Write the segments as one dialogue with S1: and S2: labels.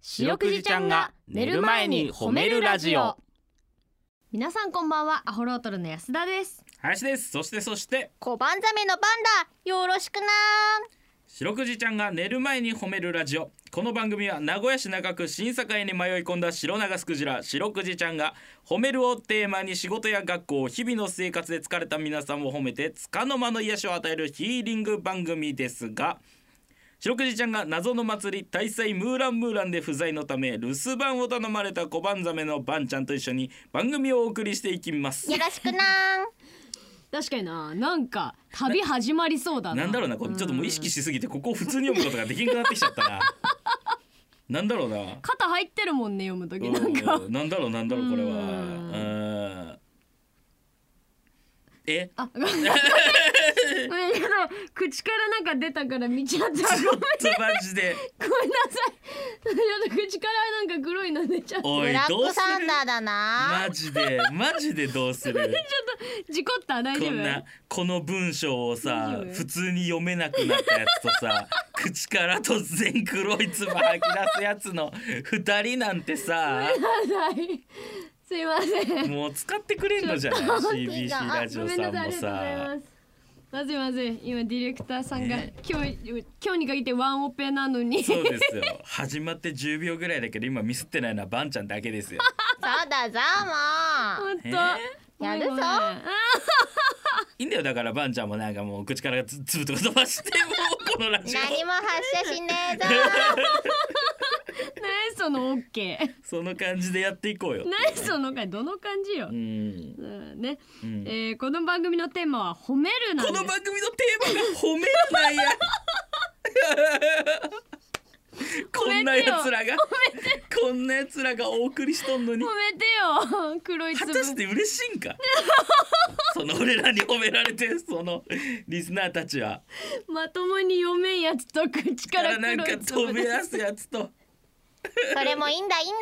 S1: 白くじちゃんが寝る前に褒めるラジオ
S2: 皆さんこんばんはアホロートルの安田です
S1: 林ですそしてそして
S3: 小判ザメの番だよろしくな
S1: 白くじちゃんが寝る前に褒めるラジオこの番組は名古屋市中区審査会に迷い込んだ白長スクジラ白くじちゃんが褒めるをテーマに仕事や学校日々の生活で疲れた皆さんを褒めて束の間の癒しを与えるヒーリング番組ですが白くじちゃんが謎の祭り大祭ムーランムーランで不在のため留守番を頼まれた小判ザメのバンちゃんと一緒に番組をお送りしていきます
S3: よろしくな
S2: 確かにななんか旅始まりそうだな
S1: なんだろうなこれちょっともう意識しすぎてここを普通に読むことができなくなってきちゃったななんだろうな
S2: 肩入ってるもんね読むときなんか
S1: うんなんだろうなんだろうこれは
S2: う
S1: うんえ
S2: あごめんごめんやばい口からなんか出たから見ちゃった
S1: ち
S2: ご
S1: ょっとマジで
S2: めんなさいやだ口からなんか黒いの出ちゃった
S1: お
S3: ブ
S1: い
S3: ラ
S1: ど
S3: ッ
S1: う
S3: ク
S1: す
S3: サン
S1: る
S3: ダーだな
S1: マジでマジでどうする
S2: 事故った大丈
S1: こ
S2: 夫
S1: んなこの文章を
S2: 大
S1: さ
S2: 丈夫
S1: 普通に読めなくなったやつとさ口から突然黒い唾吐き出すやつの2人なんてさ
S2: はいすいませ ん
S1: もう使ってくれんのじゃない CBC ラジ
S2: ご
S1: オ
S2: めん
S1: さ
S2: なんさいあ
S1: も
S2: りがとう
S1: さ
S2: ございますまずいまずい今ディレクターさんが、
S1: ね
S2: 今日今日に限ってワンオペなのに
S1: そうですよ始まって10秒ぐらいだけど今ミスってないのはバンちゃんだけ ですよ
S3: そうだぞもう
S2: 本当、
S1: え
S2: ごめん
S3: やるぞ
S2: ごめんあ
S1: いいんだよだからバンちゃんもなんかもう口からつつぶとか飛ばしてもうこのラジオ
S3: 何も発射しねえぞ
S2: 何そのオッケー
S1: その感じでやっていこうよ
S2: 何その回どの感じよ
S1: う、ん、
S2: うん、ね、
S1: うん
S2: えーこの番組のテーマは褒めるなん
S1: こ
S2: です
S1: の番組のテーマが褒めるなんや こんなやつらがこんなやつらがお送りしとんのに
S2: 褒めてよ黒い
S1: 果
S2: 粒
S1: たして嬉しいんかその俺らに褒められてそのリスナーたちは
S2: まともに読めんやつと口か
S1: からら
S2: 黒
S1: ないんか飛
S2: 粒
S1: び
S2: で
S1: 出
S2: す
S1: すやつと
S3: それもいいんだいいんだ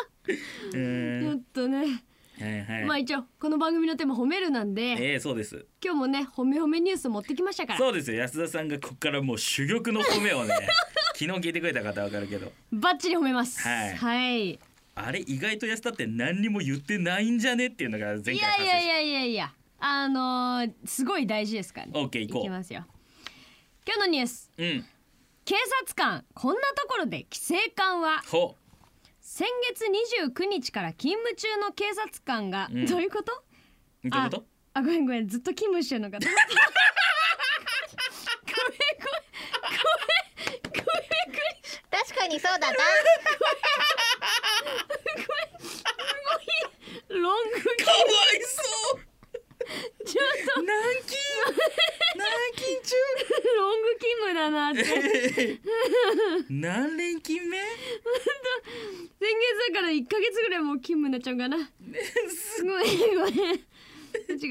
S1: うー
S2: ちょ
S1: ん
S2: っとね、
S1: はいはい、
S2: まあ一応この番組のテーマ褒めるなんで
S1: ええそうです
S2: 今日もね褒め褒めニュース持ってきましたから
S1: そうですよ安田さんがここからもう珠玉の褒めをね 昨日聞いてくれた方わかるけど
S2: バッチリ褒めます
S1: はい
S2: いい
S1: あれ意外と安田って何にも言ってないんじゃねっていうのが前回
S2: や
S1: 発
S2: い
S1: 生
S2: やいやいやいやあのー、すごい大事ですからね
S1: オッケー行こう
S2: いきますよ今日のニュース
S1: うん
S2: 警察官こんなところで規制官は
S1: ほ
S2: 先月29日から勤務中の警察官が、
S1: うん
S2: どういうこと
S1: うどういうこと
S2: ああごめんごめんずっと勤務してるの かと思った
S3: 確かにそうだな
S2: ロング
S1: かわいそう
S2: ちょっと
S1: 軟禁
S2: ロング勤務だなって先
S1: 軟禁中 何連勤目
S2: 月だから一ヶ月ぐらいもう勤務になっちゃうかなすごいごめん違 えたす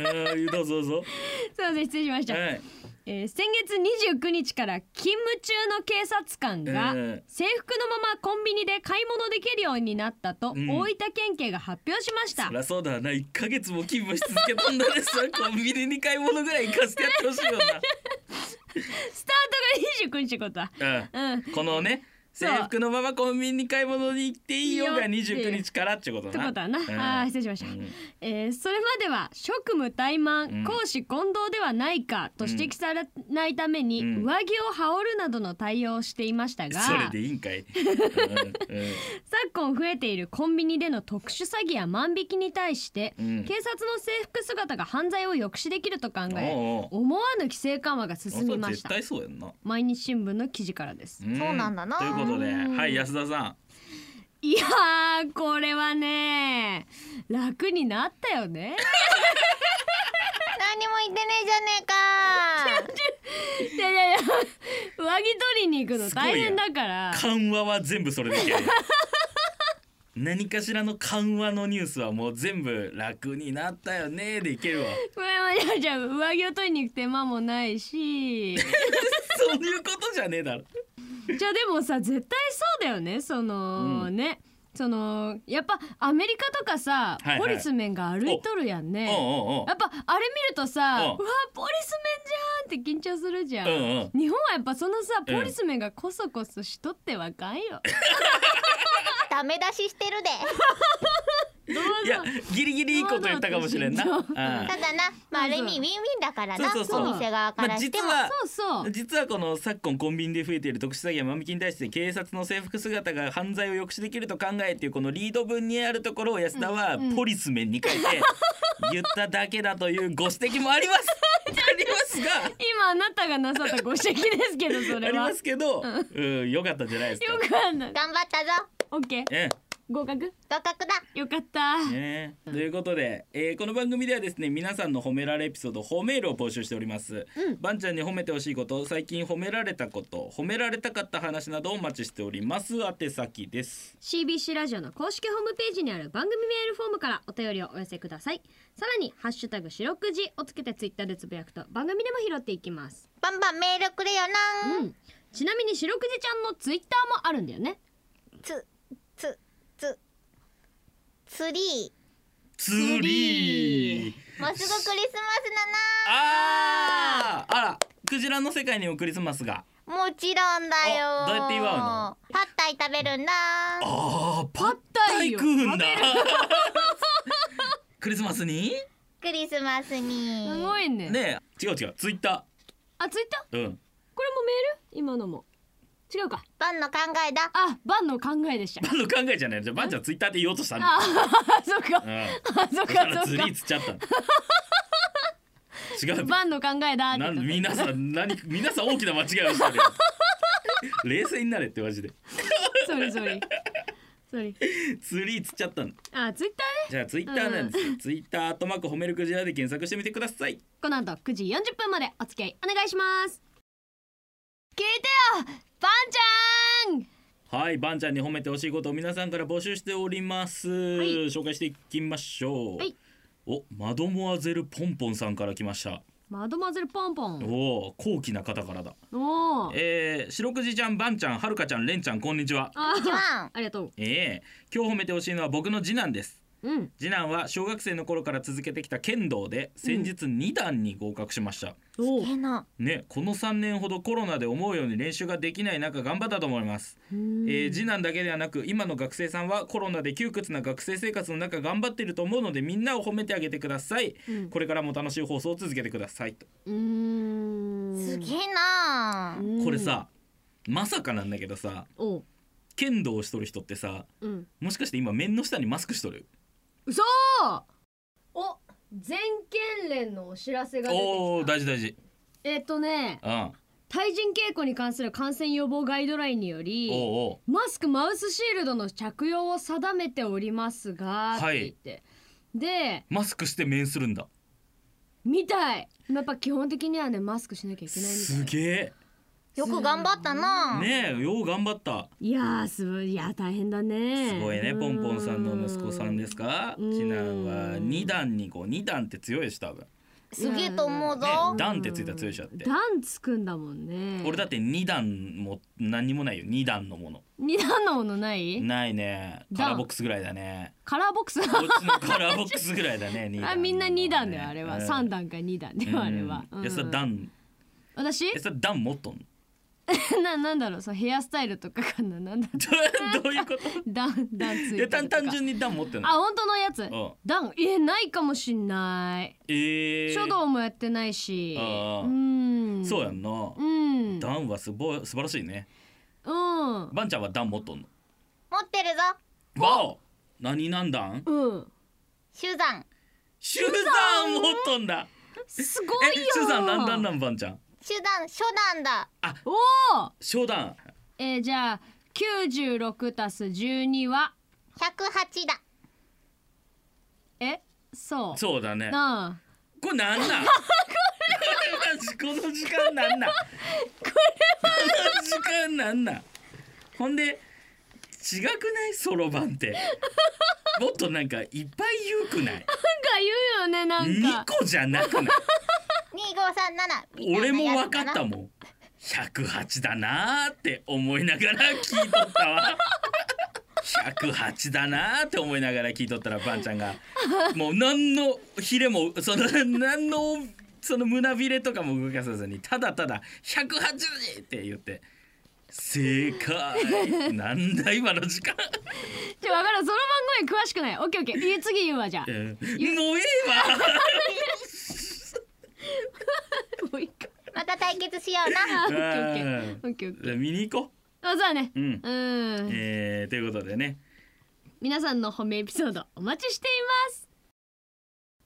S1: あーどうぞどうぞ
S2: いません失礼しました、
S1: はい
S2: えー先月29日から勤務中の警察官が
S1: うん
S2: 制服のままコンビニで買い物できるようになったと
S1: ん
S2: 大分県警が発表しました、
S1: そ りゃそうだな1ヶ月も勤務し続けたんだねさコンビニに買い物ぐらい行かせてやってほしいよ
S2: スタートが29日ってことは
S1: な、
S2: う
S1: う
S2: ん
S1: ん、このね制
S2: そう
S1: 服のままコンビニに買い物に行っていいよが
S2: いいよって
S1: 29日からってこと
S2: って
S1: な
S2: ことはな、
S1: うん
S2: あー失礼しました、
S1: うん
S2: えーそれまでは職務怠慢、
S1: うん
S2: 公私混同ではないかと指摘されないために、
S1: うん
S2: 上着を羽織るなどの対応をしていましたが
S1: それでいいん かい、うんうん
S2: 昨今増えているコンビニでの特殊詐欺や万引きに対して、
S1: うん
S2: 警察の制服姿が犯罪を抑止できると考え
S1: おうお
S2: 思わぬ規制緩和が進みまし
S1: 絶
S2: た
S1: 対そうやんな、
S2: 毎日新聞の記事からです
S3: そうなんだな
S1: ということではい安田さん
S2: いやーこれはね楽になったよね
S3: 何も言ってねえじゃねえか
S2: いやいやいや上着取りに行くの大変だから
S1: 緩和は全部それでいける 何かしらの緩和のニュースはもう全部楽になったよねでい けるわ
S2: これはじゃあじゃあ上着を取りに行く手間もな いしじゃ
S1: そういうことじゃねえだろ
S2: あでもさ絶対そうだよねその、ねそのやっぱアメリカとかさ、
S1: はいはい
S2: ポリスメンが歩いとるやんね
S1: うんうんうん
S2: やっぱあれ見るとさ、う
S1: うん
S2: わポリスメンじゃんって緊張するじゃん、
S1: うんうん
S2: 日本はやっぱそのさ
S1: うん
S2: ポリスメンがコソコソしとってわかんよ、
S3: ダメ出ししてるで
S2: どう
S1: いや
S2: ぞ
S1: ギリギリいいこと言ったかもしれんな。
S2: そう
S1: うん
S3: ただな、まあ、ある意味ウィンウィンだからな
S1: そうそうそう
S3: お店側か
S1: まあ
S3: らして
S1: 実
S3: も、
S1: は
S2: そうそう
S1: 実はこの昨今コンビニで増えている特殊詐欺やマミキに対して警察の制服姿が犯罪を抑止できると考えっていうこのリード文にあるところを安田は
S2: うん
S1: ポリスメンに書いて 言っただけだというご指摘もあります ありますが
S2: 今あなたがなさったご指摘ですけど そ
S1: あ
S2: れ
S1: り
S2: は
S1: ま
S2: よ
S1: すけど、うん、よかったんじゃないですか。
S2: かんない
S3: 頑張ったぞ
S2: オッケー
S1: ええ
S2: 合格
S3: 合格だ
S2: よかった、
S1: ねということで、えーこの番組ではですね皆さんの褒められエピソード褒めールを募集しております、ばんちゃんに褒めてほしいこと最近褒められたこと褒められたかった話などをお待ちしております宛先です
S2: CBC ラジオの公式ホームページにある番組メールフォームからお便りをお寄せくださいさらに「ハッシュタグ四六時」をつけてツイッターでつぶやくと番組でも拾っていきます
S3: バンバンメールくれよな
S2: うんちなみに四六時ちゃんのツイッターもあるんだよね
S3: つつつツリ
S1: ツリー
S3: ーもうすぐクリスマスだ
S1: あーあらクジラの世界にもクリスマスが
S3: なもちろんだよ
S1: あどうやって祝うの
S3: パッタイ食べるんだ
S1: あーパッタ
S2: タイ
S1: イ
S2: よ
S1: 食うんだ クリスマスに
S3: クリスマスに
S2: すごいね
S1: ねえ違う違うツイッタ
S2: あツイッター
S1: ーうん
S2: これもメール今のも違うか
S3: バンの考えだ
S2: あバンの考えでした
S1: ばんの考えじゃないじゃあばんちゃんツイッターで言おうとしたんだ
S2: あ そっか
S1: うん
S2: あそ
S1: だか
S2: っからそ
S1: ず
S2: っ
S1: り
S2: か
S1: ーつっちゃったの違う
S2: バンの考えだって
S1: な
S2: 言っ
S1: ん
S2: た
S1: 皆さん何皆さん大きな間違いをしてるよ冷静になれってマジで
S2: それそれそれ
S1: 釣りつっちゃったの
S2: あツイッターね
S1: じゃあツイッターなんですよ、ツイッターアットマーク褒めるクジラで検索してみてください
S2: この後9時40分までお付き合いお願いします聞いてよバンち
S1: はいばんちゃんに褒めてほしいことを皆さんから募集しております、
S2: い
S1: 紹介していきましょう、
S2: はい
S1: おマドモアゼルポンポンさんから来ました、
S2: ゃんマドマゼルポンポン
S1: おお高貴な方からだ
S2: おお
S1: えー、白くじちゃんばんちゃんはるかちゃんれんちゃんこんにちは
S2: あ
S3: 一番
S2: ありがとう
S1: ええ今日褒めてほしいのは僕の次男です
S2: うん
S1: 次男は小学生の頃から続けてきた剣道で先日2段に合格しました、
S2: おう
S3: えの
S1: ね、この3年ほどコロナで思うように練習ができない中頑張ったと思います、えー次男だけではなく今の学生さんはコロナで窮屈な学生生活の中頑張ってると思うのでみんなを褒めてあげてください、
S2: うん
S1: これからも楽しい放送を続けてくださいと、
S2: うーん
S3: すげえな
S1: これさまさかなんだけどさ
S2: おう
S1: 剣道をしとる人ってさ
S2: うん
S1: もしかして今面の下にマスクしとる
S2: 嘘お全県連のお知らせが出て
S1: おお
S2: きた
S1: 大事大事
S2: えっとね
S1: うんお
S2: 対人稽古に関する感染予防ガイドラインにより
S1: ーおー
S2: マスクマウスシールドの着用を定めておりますが、
S1: はい
S2: って言ってで
S1: マスクして面するんだ
S2: みたいやっぱ基本的にはねマスクしなきゃいけないみたい
S1: すげえ
S3: よく頑張ったな
S1: ねえよう頑張った
S2: いやーすごいいやー大変だね
S1: すごいねポンポンさんの息子さんですすか
S2: うん
S1: 次男は2段にこう2段って強いでし多分
S3: すげえと思う
S1: ね
S3: ぞ、
S1: 段ってついたら強いでしょだって
S2: 段つくんだもんね
S1: 俺だって2段も何にもないよ2段のもの
S2: 二段のものない
S1: ないね
S2: 段
S1: カラーボックスぐらいだ ね
S2: カラーボックス
S1: こっちのカラーボックスぐらいだね二段のもの
S2: あ
S1: ね
S2: みんな二段だよあれは
S1: うん
S2: 三段か二段だよあれは
S1: うん安田段
S2: 私
S1: 安田段持っとんの
S2: ななんだろうそうヘアスタイルとかかななんだろう
S1: どういう こと
S2: 段段つい
S1: い
S2: てる
S1: や
S2: とか
S1: 単単純に段持ってん
S2: あ
S1: の
S2: 本当のやつ
S1: ん
S2: 段えないかもしんない
S1: ええ
S2: 書道もやってないし
S1: ああ
S2: うん
S1: そうやんな
S2: うんうん
S1: 段はすごい素晴らしいね
S2: うん
S1: ばんちゃんは段持っとんの
S3: 持ってるぞ
S1: わお何なんだん
S3: 手段
S1: シュザン持っとんだ
S2: すごいよ
S1: えシュザンなんだんなんばんちゃん
S3: 手段初段だ
S2: おお
S1: 初段
S2: えーじゃあ96たす12は
S3: 108だ
S2: えそう
S1: そうだね
S2: なあ
S1: これなんなんこの時間なんなんこの時間なんなんほんで違くないそろばんってもっとなんかいっぱい言うくない
S2: なんか言うよねなん
S1: 2
S2: か
S1: 個じゃなくない
S3: 2537
S1: 俺も分かったもん108だなーって思いながら聞いとったわ108だなーって思いながら聞いとったらばんちゃんがもう何のヒレもその何のその胸びれとかも動かさずにただただ「108時!」って言って「正解なんだ今の時間」
S2: ちょ分からんその番組詳しくないオッケーオッケー言う次言うわじゃあ
S1: うん もうええわ
S2: もう一回
S3: また対決しよう な
S2: あオッケーオッケーオッケーオッケー
S1: じゃあ見に行こ
S2: あそうだね
S1: ううん、
S2: うん
S1: えー、ということでね
S2: 皆さんの褒めエピソードお待ちしています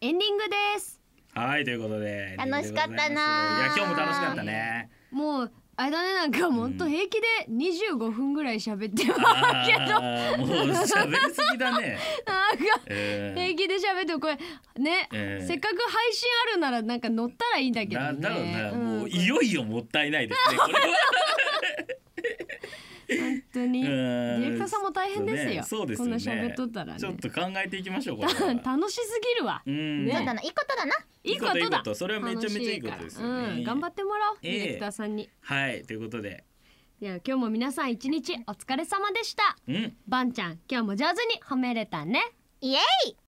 S2: エンディングです
S1: はいということで
S3: 楽しかったない
S1: や今日も楽しかったね
S2: もうあれだねなんかもうほんと平気で25分ぐらい喋ってます、
S1: あーもう喋りすぎだね、
S2: なんか
S1: うん
S2: 平気で喋ってるこれね、
S1: ええ
S2: せっかく配信あるならなんか乗ったらいいんだけど
S1: な
S2: ね
S1: だろうな、も
S2: う
S1: うんいよいよもったいないですねこれは
S2: 本当に
S1: う
S2: デ
S1: ん
S2: ィレクターさんも大変ですよ、
S1: そうですよね
S2: こんな喋っとったらね
S1: ちょっと考えていきましょうこれは
S2: た楽しすぎるわ
S1: うん、
S3: そう
S2: ね
S3: だないいことだない
S2: いことだ
S1: いいこといいことそれはめちゃめちゃいいことですよね
S2: 楽しいからうん、頑張ってもらおう、
S1: ええ
S2: ディレクターさんに
S1: はいということで
S2: いや今日も皆さん一日お疲れ様でした
S1: うん
S2: バンちゃん今日も上手に褒めれたね
S3: イエイ